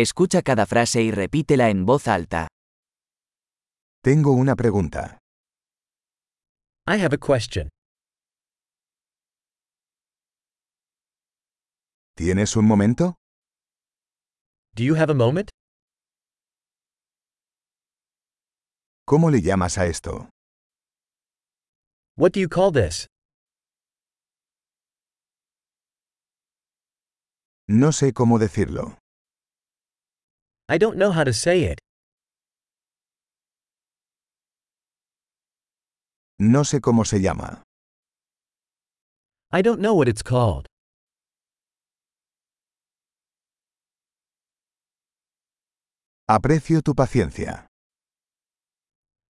Escucha cada frase y repítela en voz alta. Tengo una pregunta. I have a question. ¿Tienes un momento? Do you have a moment? ¿Cómo le llamas a esto? What do you call this? No sé cómo decirlo. I don't know how to say it. No sé cómo se llama. I don't know what it's called. Aprecio tu paciencia.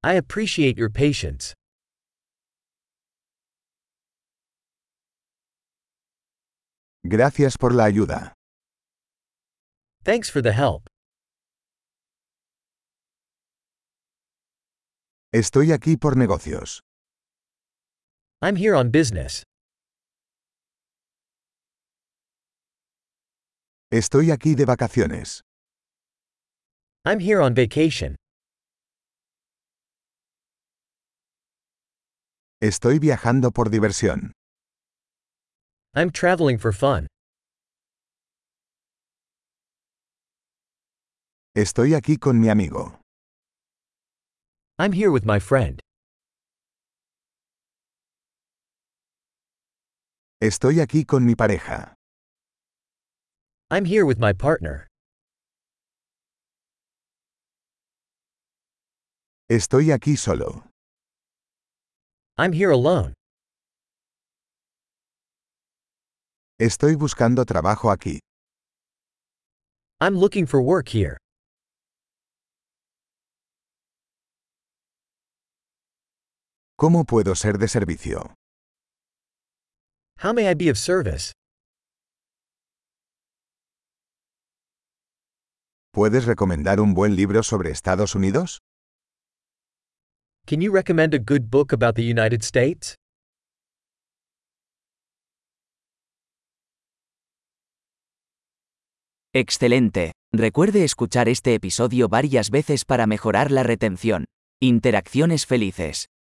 I appreciate your patience. Gracias por la ayuda. Thanks for the help. Estoy aquí por negocios. I'm here on business. Estoy aquí de vacaciones. I'm here on vacation. Estoy viajando por diversión. I'm traveling for fun. Estoy aquí con mi amigo. I'm here with my friend. Estoy aquí con mi pareja. I'm here with my partner. Estoy aquí solo. I'm here alone. Estoy buscando trabajo aquí. I'm looking for work here. ¿Cómo puedo ser de servicio? How may I be of service? ¿Puedes recomendar un buen libro sobre Estados Unidos? Can you recommend a good book about the United States? Excelente. Recuerde escuchar este episodio varias veces para mejorar la retención. Interacciones felices.